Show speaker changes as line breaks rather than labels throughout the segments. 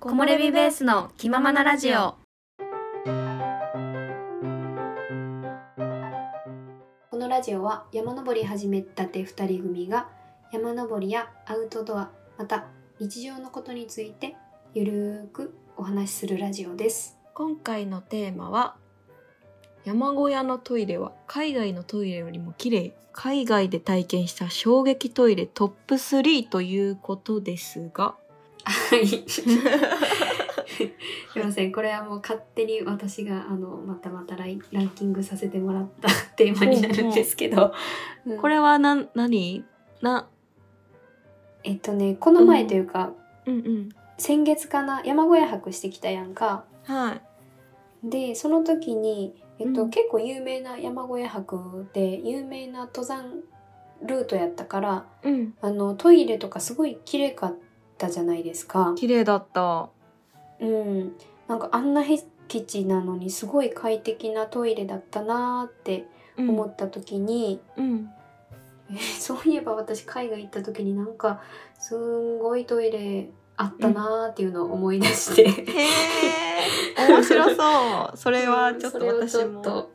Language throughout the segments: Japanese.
木漏れ日ベースの気ままなラジオ
このラジオは山登り始めたて2人組が山登りやアウトドアまた日常のことについてゆるーくお話しするラジオです
今回のテーマは山小屋のトイレは海外のトイレよりも綺麗海外で体験した衝撃トイレトップ3ということですが
はいすいませんこれはもう勝手に私があのまたまたラインランキングさせてもらった テーマになるんですけど、うん
これはな何な
えっとねこの前というか、
うんうん
先月かな山小屋泊してきたやんか
はい
でその時に、えっと
うん
結構有名な山小屋泊で有名な登山ルートやったから
うん
あのトイレとかすごい綺麗かったじゃないですか。
綺麗だった
うん、なんかあんな僻地なのにすごい快適なトイレだったなーって
うん
思った時に、
うん
えそういえば私海外行った時になんかすんごいトイレあったなーっていうのを思い出して、
へえ 面白そうそれはちょっと
うん
私
それをちょっ
も
と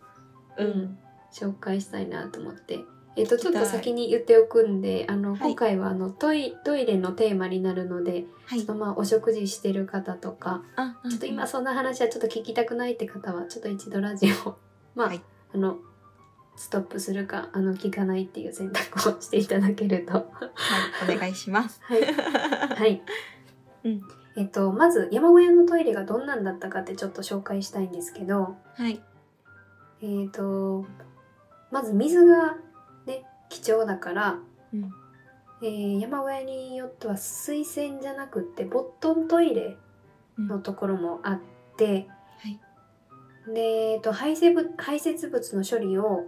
う
うん
ん
紹介したいなと思って。えっと、ちょっと先に言っておくんであの
い
今回はあの、トイトイレのテーマになるので、
は
ちょっとまあ、お食事してる方とか、
あ
ちょっと今そんな話はちょっと聞きたくないって方はちょっと一度ラジオを まあ、
はい
あのストップするかあの聞かないっていう選択をしていただけ ると
はいお願いします
はい、はい
うん
えっと、まず山小屋のトイレがどんなんだったかってちょっと紹介したいんですけど
はい
えっとまず水がね貴重だから、
うん
えー山小屋によっては水洗じゃなくってボットントイレ
うん
のところもあって、
はい
で、えっと、排泄物排泄物の処理を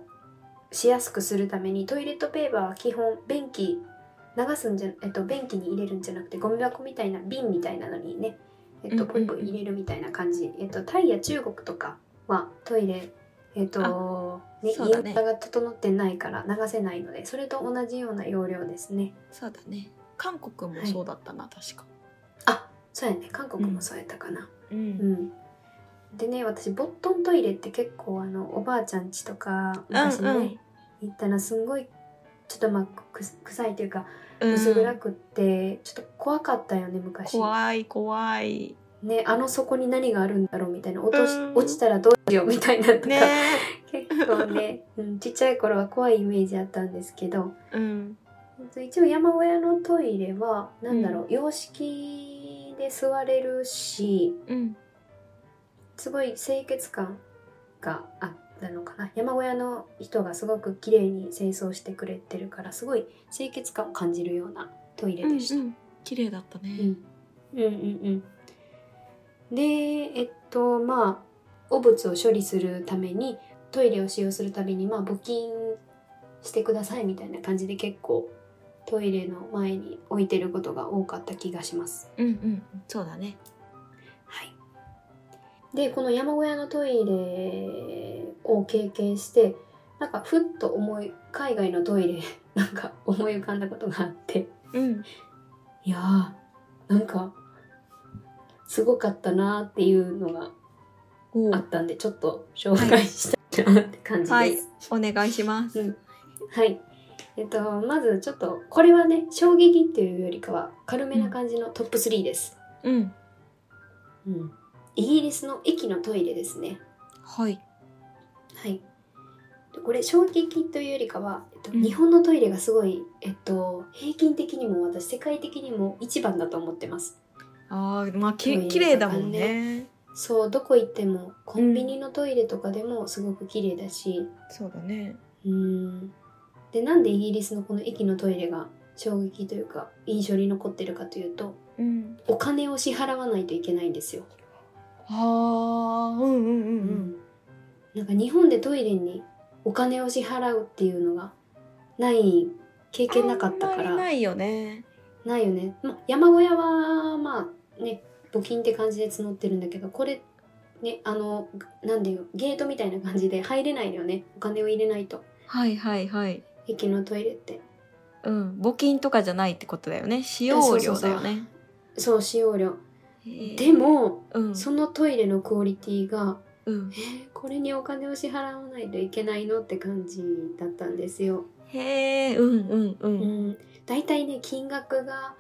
しやすくするためにトイレットペーパーは基本便器流すんじゃ、えっと、便器に入れるんじゃなくてゴミ箱みたいな瓶みたいなのにね、えっと、
うん
ポイポイ入れるみたいな感じ、えっと、タイや中国とかはトイレえっとね、
そうだ
言い
ね
方が整ってないから流せないのでそれと同じような要領ですね
そうだね韓国もそうだったな、確か
あそうやね韓国もそうやったかな、
う、
うんん、でね私ボットントイレって結構あのおばあちゃん家とか昔ね、
うんうん
行ったらすんごいちょっとまあくす臭いというか
うん
薄暗くって、ちょっと怖かったよね昔
怖い怖い
ねあの底に何があるんだろうみたいな落とし、
うん
落ちたらどうしようみたいなとか、
ね
結構ね、うん、ちっちゃい頃は怖いイメージあったんですけど
うん
一応山小屋のトイレは何だろう、洋式で座れるし
うん
すごい清潔感があったのかな山小屋の人がすごく綺麗に清掃してくれてるからすごい清潔感を感じるようなトイレでした、うん
綺麗だった
う
ね
ん、うんうんでえっとまあ汚物を処理するためにトイレを使用するたびにまあ募金してくださいみたいな感じで結構トイレの前に置いてることが多かった気がします
うんうんそうだね
はい、でこの山小屋のトイレを経験してなんかふっと思い海外のトイレ なんか思い浮かんだことがあって
うん
いやーなんかすごかったなーっていうのが
お
あったんでちょっと紹介したいなって感じ
はい
です。
お願いします
うんはいえっと、まずちょっとこれはね衝撃っていうよりかは軽めな感じのトップ3です、
うん
うん、イギリスの駅のトイレですね
はい
はい。これ衝撃というよりかは、えっと
うん
日本のトイレがすごい、えっと、平均的にも私世界的にも一番だと思ってます
あーまあ
トイレ
き
とか
綺麗だもんね
そうどこ行ってもコンビニのトイレとかでもすごく綺麗だし
そうだね
うーんでなんでイギリスのこの駅のトイレが衝撃というか印象に残ってるかというと
うん
お金を支払わないといけないんですよ、
あーうんうんう
うんなんか日本でトイレにお金を支払うっていうのがない経験なかったか
あんま
ら
りないよね
ないよね、まあ、山小屋はまあね募金って感じで募ってるんだけどこれねあのなんでよゲートみたいな感じで入れないのよねお金を入れないと
はいはいはい
駅のトイレって
うん募金とかじゃないってことだよね使用
そう
料だ
そうそう
よね
そう使用料で、も、
うん、
そのトイレのクオリティが
うん、
これにお金を支払わないといけないのって感じだったんですよ。
へえ、うんうんう。
うんん、だいたいね金額が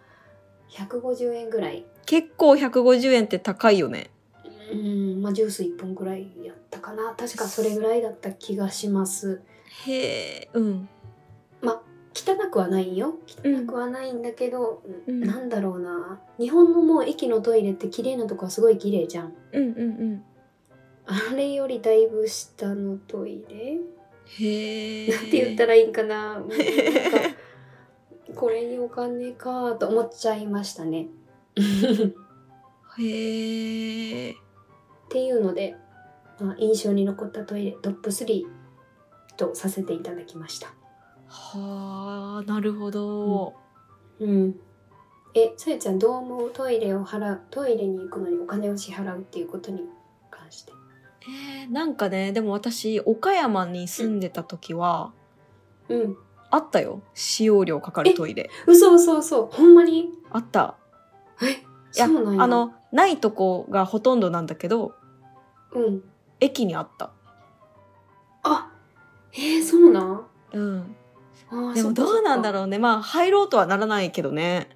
150円ぐらい、
結構150円って高いよね。
うんまあ、ジュース1本ぐらいやったかな確かそれぐらいだった気がします。
へえ、うん。
汚くはないよ汚くはないんだけど、
うん
なんだろうな日本のもう駅のトイレって綺麗なとこはすごい綺麗じゃん
うんうんうん。
あれよりだいぶ下のトイレ
へえ。
なんて言ったらいいんかな,、 もうなんかこれにお金かと思っちゃいましたね っ
へえ。
ていうので、まあ、印象に残ったトイレトップ3とさせていただきました
はあ、なるほど。
うんえさやちゃんどう思うトイレを払うトイレに行くのにお金を支払うっていうことに関して
えーなんかね、でも私、岡山に住んでた時は、
うん
あったよ。使用料かかるトイレ。
嘘嘘嘘ほんまに
あった。い
そ
や
うなんや
あの、ないとこがほとんどなんだけど、
うん
駅にあった。
あえー、そうなん
うん。
あー
でもどうなんだ
う
ろうねまあ入ろうとはならないけどね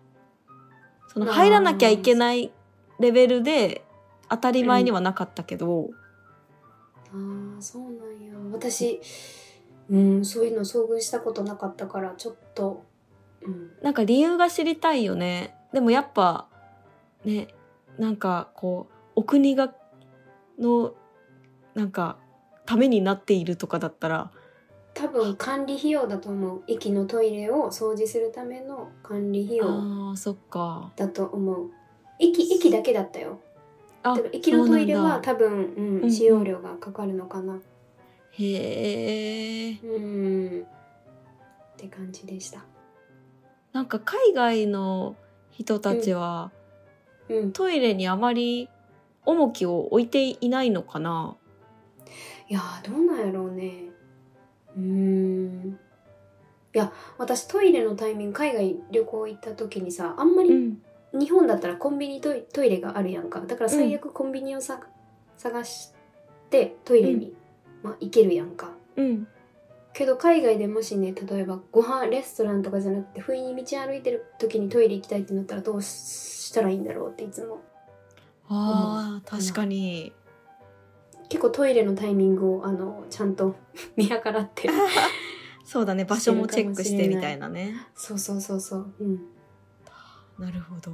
その
あー
入らなきゃいけないレベルで当たり前にはなかったけど、
あーそうなんや私うんそういうの遭遇したことなかったからちょっとうん
なんか理由が知りたいよねでもやっぱねなんかこうお国がのなんかためになっているとかだったら
多分管理費用だと思う駅のトイレを掃除するための管理費
あ
用
ーそっか
だと思う駅駅だけだったよ
あ
でも駅のトイレ
そうな
は
んだ
多分、うん
うん
使用料がかかるのかな
へえ
うんって感じでした
なんか海外の人たちは、
うん
トイレにあまり重きを置いていないのかない
やーどうなんやろうねうーんいや私トイレのタイミング海外旅行行った時にさあんまり
ん
日本だったらコンビニトイトイレがあるやんかだから最悪コンビニをさ、探してトイレに、まあ、行けるやんか
うん
けど海外でもしね例えばご飯レストランとかじゃなくて不意に道歩いてる時にトイレ行きたいってなったらどうしたらいいんだろうっていつも
あー確かに
結構トイレのタイミングをあのちゃんと 見計らって
そうだね場所もチェックしてみたいなね
そうそうそうそううん、
なるほど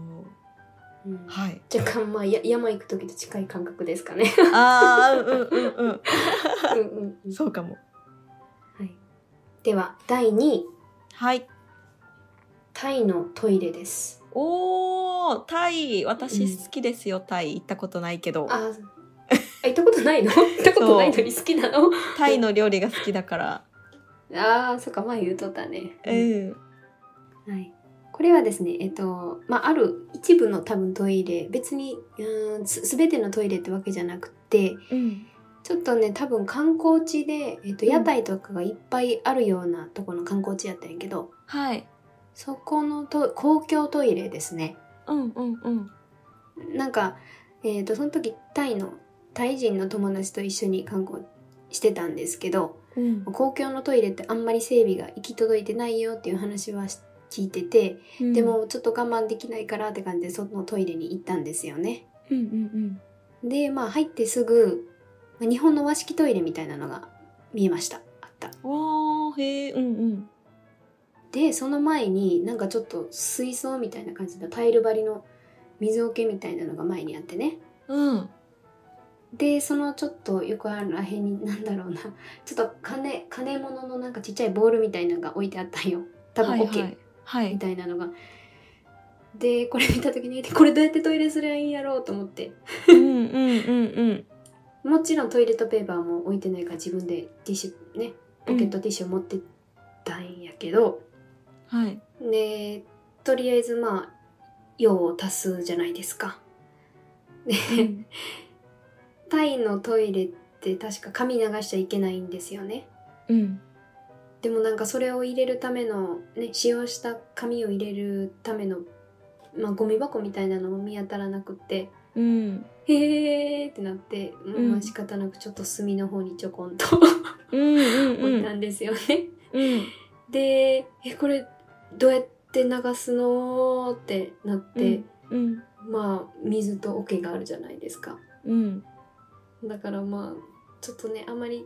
うん
はい
若干まあや山行く時と近い感覚ですかね。
あーうんうんうん
うんうんう
うんんそうかも
はい、では第2位
はい
タイのトイレです。
おータイ私
うん
好きですよ、タイ行ったことないけど
ああ行ったことないの行ったことないのに好きなの
タイの料理が好きだから
ああそっか前言うとったね。
うん
はい、これはですねえっと、まあ、ある一部の多分トイレ別にうーんす全てのトイレってわけじゃなくて
うん
ちょっとね多分観光地で、えっと、
うん
屋台とかがいっぱいあるようなとこの観光地やったんやけど、
はい
そこのと公共トイレですね
うんうんうん
なんか、えー、とその時タイのタイ人の友達と一緒に観光してたんですけど
うん
公共のトイレってあんまり整備が行き届いてないよっていう話はし聞いてて、でもちょっと我慢できないからって感じでそのトイレに行ったんですよね
うんうん
でまあ入ってすぐまあ日本の和式トイレみたいなのが見えましたあった
うんわーへえうんうん
でその前になんかちょっと水槽みたいな感じのタイル張りの水桶みたいなのが前にあってね
うん
でそのちょっと横ら辺に何だろうなちょっと金金物のなんかちっちゃいボールみたいなのが置いてあったんよ多分オケ、
はいはい、はい
みたいなのがでこれ見た時にこれどうやってトイレすりゃいいんやろうと思って
うんうんうんうん
もちろんトイレットペーパーも置いてないから自分でティッシュねポケットティッシュを持ってったんやけど、
はい
でとりあえずまあ用を足すじゃないですか。でタイのトイレって確か紙流しちゃいけないんですよね。
うん
でもなんかそれを入れるための、ね、使用した紙を入れるための、まあ、ゴミ箱みたいなのも見当たらなくて
うん
へーってなって、うん
うん
まあ仕方なくちょっと隅の方にちょこんと
うんうん
置
う
いた
ん
んですよね。
うん
でえこれどうやって流すのってなって、
うん
まあ水と桶があるじゃないですか
うん
だからまあちょっとねあまり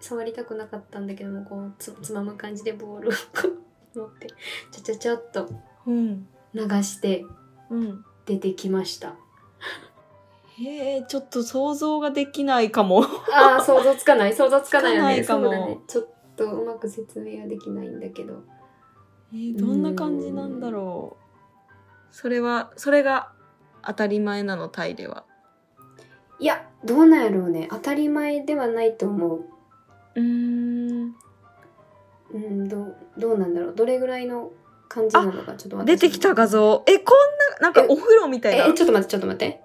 触りたくなかったんだけどもこうつつまむ感じでボールをこう 持ってちゃちゃちゃっと
うん
流して
うん
出てきました
へえちょっと想像ができないかも
あ ー想像つかない想像つかないよね
つかないかも
そうだねちょっとうまく説明はできないんだけど
えーどんな感じなんだろうそれはそれが当たり前なのタイではい
やどうなんやろうね当たり前ではないと思う
うん
うん、どうどうなんだろうどれぐらいの感じなのかちょっと私も
出てきた画像えこんななんか
え
お風呂みたい
え
な
えちょっと待ってちょっと待って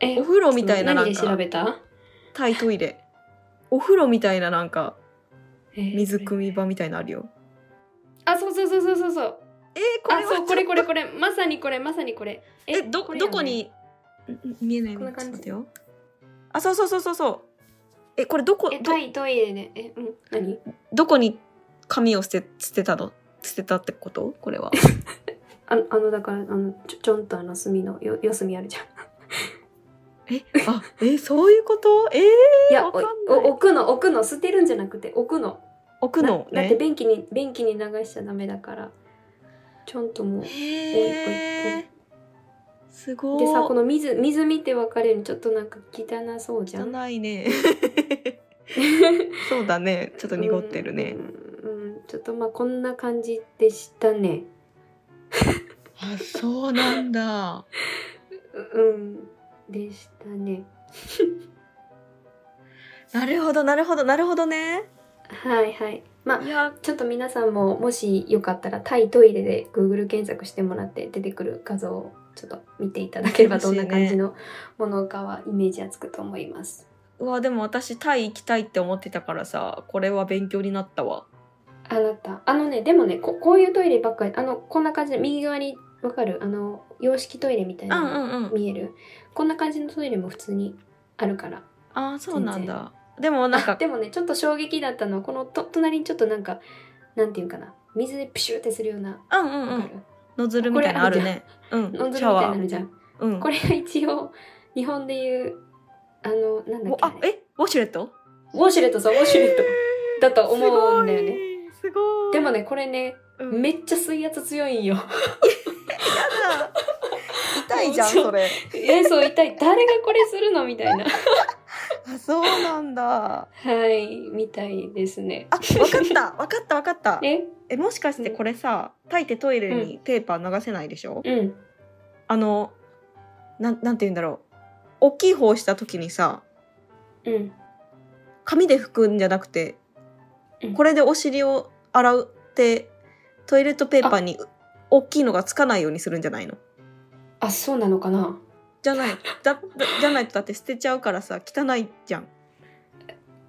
え
お風呂みたいなな
何
ん
で調
か
べた
タイトイレお風呂みたいななんか水汲
く
み場みたいなのあるよ
あそうそうそうそうそうそう
えーこ
あ
れは
そうこれこ
れ
れこれまさにこれまさにこれ
えど
れ
ど
やね
こにん見えない
こんな感じ
ちょっと待ってよあそうそうそうそうそうえこれどこ
え
ど
トイトイレでえうん何
どこに紙を捨て捨てたの捨てたってことこれは
ああのだからあのちょちょんとあの隅のよ四隅あるじゃん
えあえそういうことえー、
いや
わかんない
おお置くの置くの捨てるんじゃなくて置くの
置くの
なだっ
ね
て便器に便器に流しちゃダメだからちょんともう
へえすごい
でさこの水水見てわかるようにちょっとなんか汚そうじゃん。
汚い ねそうだねちょっと濁ってるね、
うん。うんちょっとまあこんな感じでしたね。
あそうなんだ
ううんでしたね。
なるほどなるほどなるほどね
はいはい。まあ
いや
ちょっと皆さんももしよかったらタイトイレで Google 検索してもらって出てくる画像をちょっと見ていただければ
楽しい
どん
ね
な感じのものかはイメージはつくと思います。
うわでも私タイ行きたいって思ってたからさこれは勉強になったわ
あなたあのねでもねここういうトイレばっかりあのこんな感じで右側にわかるあの洋式トイレみたいなの
ん
見えるこんな感じのトイレも普通にあるから
あそうなんだでもなん
あ
か
でもねちょっと衝撃だったのはこのと隣にちょっとなんかなんていうかな水でプシューってするような、
うんうんう
わか
ん
る
ノズルみたいなのあるねうん
ノズ
シャ
ルみたい
ワ
なの
ー
じゃん
うん
これが一応日本でいうあのなんだっ
お
け
あ
あれ
えウォシュレット
ウォシュレットそうウォシュレットだと思うんだよね
すごい
でもねこれね
うん
めっちゃ水圧強いんよ
やだ痛 いじゃんそれ
えそう一体誰がこれするのみたいな
あそうなんだ
はいみたいですね
あわか ったわかったわかった
え
えもしかしてこれさタイってトイレにペーパー流せないでしょ、
うん
あのなんなんて言うんだろう大きい方した時にさ
うん
紙で拭くんじゃなくて
うん
これでお尻を洗うってトイレットペーパーに大きいのがつかないようにするんじゃないの
あそうなのかな
じゃない だだじゃないとだって捨てちゃうからさ汚いじゃん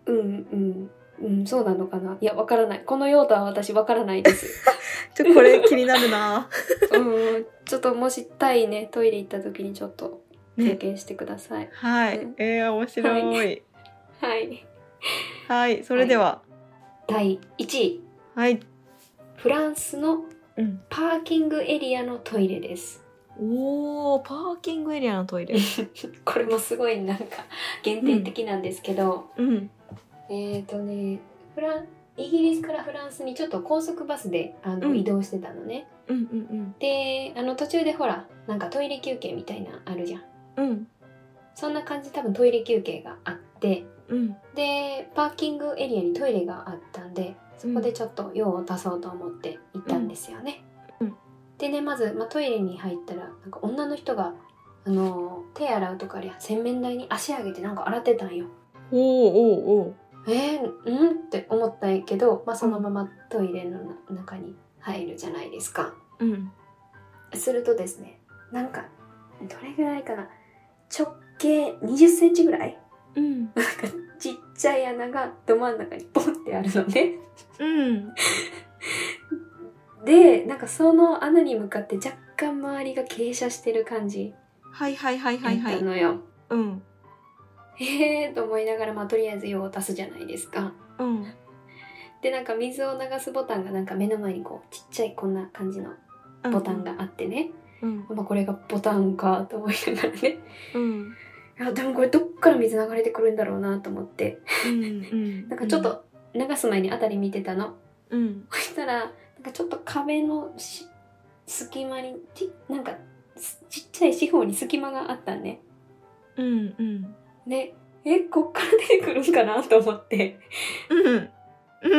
うんうんうんそうなのかないやわからないこの用途は私わからないです
ちょこれ気になるな
うんちょっともしタイねトイレ行った時にちょっと 経
ね
験してください、
はい
うん
えー、面白い
はい
はいそれでは
第1位
はい、
フランスの
うん、
パーキングエリアのトイレです
おーパーキングエリアのトイレ
これもすごいなんか限定的なんですけど、
うん
えっ、ー、とねフランイギリスからフランスにちょっと高速バスであの、
うん
移動してたのね
うんうん
であの途中でほらなんかトイレ休憩みたいなのあるじゃん
うんうん
そんな感じで多分トイレ休憩があって
うん
でパーキングエリアにトイレがあったんでそこでちょっと用を足そうと思って行ったんですよね。
うんうん
でねまず、まあ、トイレに入ったらなんか女の人が、あのー手洗うとかありゃ洗面台に足上げてなんか洗ってたんよ。
おーおーおー
えー、んって思ったんやけど、まあ、そのままトイレの中に入るじゃないですか。
うん
するとですねなんかどれぐらいかな直径20センチぐらい
うん
ちっちゃい穴がど真ん中にポンってあるのね。
うん
でなんかその穴に向かって若干周りが傾斜してる感じ
はいはいはいはいは
やっ
い。
たのよ。
うん。
えーと思いながら、まあ、とりあえず用を足すじゃないですか。
うん。
でなんか水を流すボタンがなんか目の前にこうちっちゃいこんな感じのボタンが。あってね、
うん。
まあ、これがボタンかと思いながらね
うん。
いやでもこれどっから水流れてくるんだろうなと思って
うん。うん。
なんかちょっ。と流す前に辺り見てたの
うん。
そしたらなんかちょっと壁のし隙間にちなんかすちっちゃい四方に隙間があったんね
うん。うん。
でえこっから出てくるんかなと思って
うん。う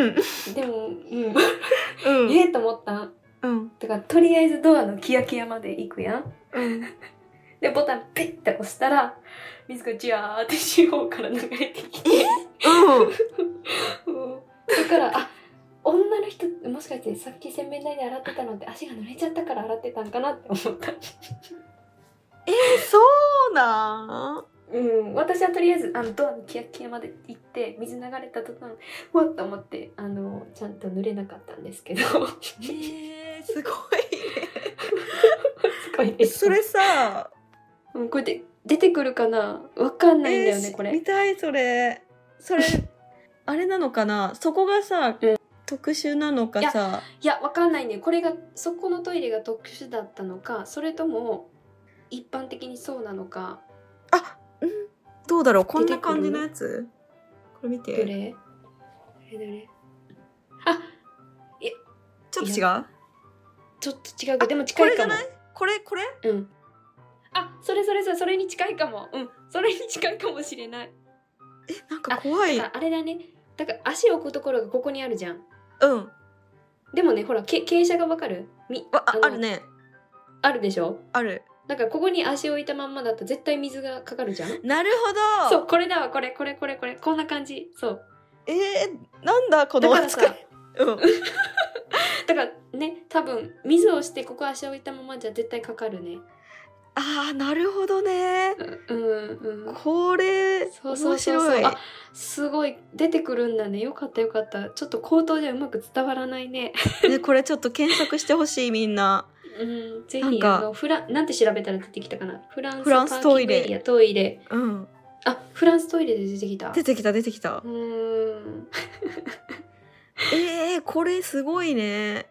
ん。
でもうん
うん。
えーと思ったん
うん。
だからとりあえずドアのキヤキヤまで行くやん
うん。
でボタンピッて押したら水がジャーって四方から流れてきてうんだからあ女の人もしかしてさっき洗面台で洗ってたのって足が濡れちゃったから洗ってたんかなって思った
えー、そうなん
うん、私はとりあえずあのドアのキヤキヤまで行って水流れた途端うわっと思ってあのちゃんと濡れなかったんですけど す
えー、すご
ごい
い。
です
それさ、
うんこれで出てくるかなわかんないんだよね、
えー
こ
見
れ
たいそれそれあれなのかなそこがさ、
う
特殊なのかさ
いやわかんないねこれがそこのトイレが特殊だったのかそれとも一般的にそうなのか
あうんどうだろうこん
出
な
てくる
感じのやつこれ見
ど
て
れどれどれ
ちょっと違
い
う
ちょっと違うか
あ
でも近いかも
これじゃこれこれ
うんあそれそれそれそれに近いかもうんそれに近いかもしれない
えなんか怖い
だからあれだねだから足を置くところがここにあるじゃん
うん
でもねほらけ傾斜がわかるみ
わあ
の
あるね
あるでしょ
ある
だからここに足を置いたまんまだと絶対水がかかるじゃん
なるほど
そうこれだわこれこれこれこれこんな感じそう
えー、なんだこ
だ
の
からさ
扱いうん
だからね多分水をしてここ足を置いたままじゃ絶対かかるね
あーなるほどね
うんうん
これ
そうそ
面
うそうそう
白い
あ すごい出てくるんだねよかったよかったちょっと口頭じゃうまく伝わらないね
ねこれちょっと検索してほしいみんな
うんぜ
なん
ひ
か
あのフランなんて調べたら出てきたかなフランス
フランストイレ
パーキングエリアトイレ
うん
あフランストイレで出てきた
出てきた出てきた
うーん
えー、これすごいね。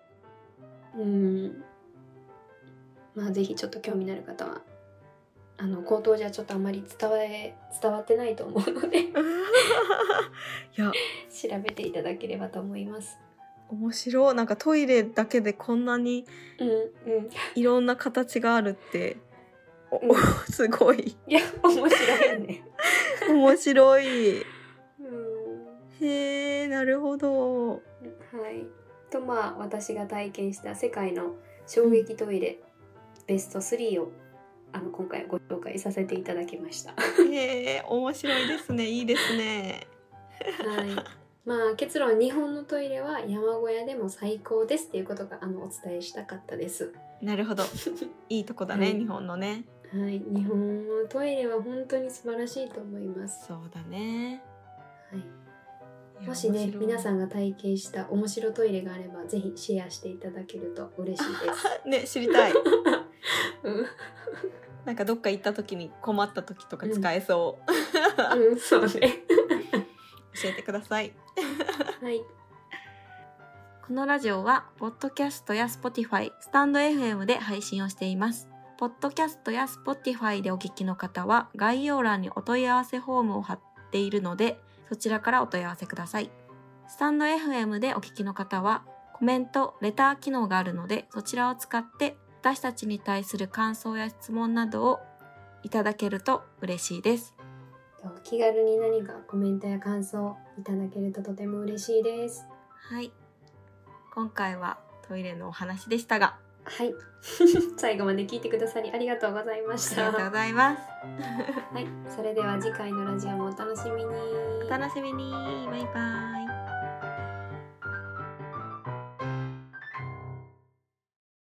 うんまあぜひちょっと興味のある方はあの口頭じゃちょっとあんまり伝われ伝わってないと思うので
いや
調べていただければと思います
面白いなんかトイレだけでこんなに
うんうん
いろんな形があるってお
うん
すごい
いや面白いよね
面白い。へ
う
えなるほど。
んはいとまあ私が体験した世界の衝撃トイレ、ベスト3をあの今回ご紹介させていただきました
へえ面白いですねいいですね。
はい、 まあ結論日本のトイレは山小屋でも最高ですっていうことがあのお伝えしたかったです。
なるほ どいいとこだね、
うん
日本のね。
はい、日本のトイレは本当に素晴らしいと思います。
そうだね。
はい
や
い、もしね皆さ
面
んが体験した面白トイレがあればぜひシェアしていただけると嬉しいです。
白いね知りた い。
うん
なんかどっか行った時に困った時とか使えそう、
うん、 そうね。
教えてください。
はい、
このラジオは、ポッドキャストや Spotify、スタンド FM で配信をしています。ポッドキャストや Spotify でお聞きの方は、概要欄にお問い合わせフォームを貼っているので、そちらからお問い合わせください。スタンド FM でお聞きの方は、コメント、レター機能があるので、そちらを使って、私たちに対する感想や質問などをいただけると嬉しいです。
と気軽に何かコメントや感想いただけるととても嬉しいです。
はい。今回はトイレのお話でしたが、
はい、最後まで聞いてくださりありがとうございま
あ
し
りが
た
とう。ございます。
はい、それでは次回のラジオもお楽しみに。
お楽しみにバイバイ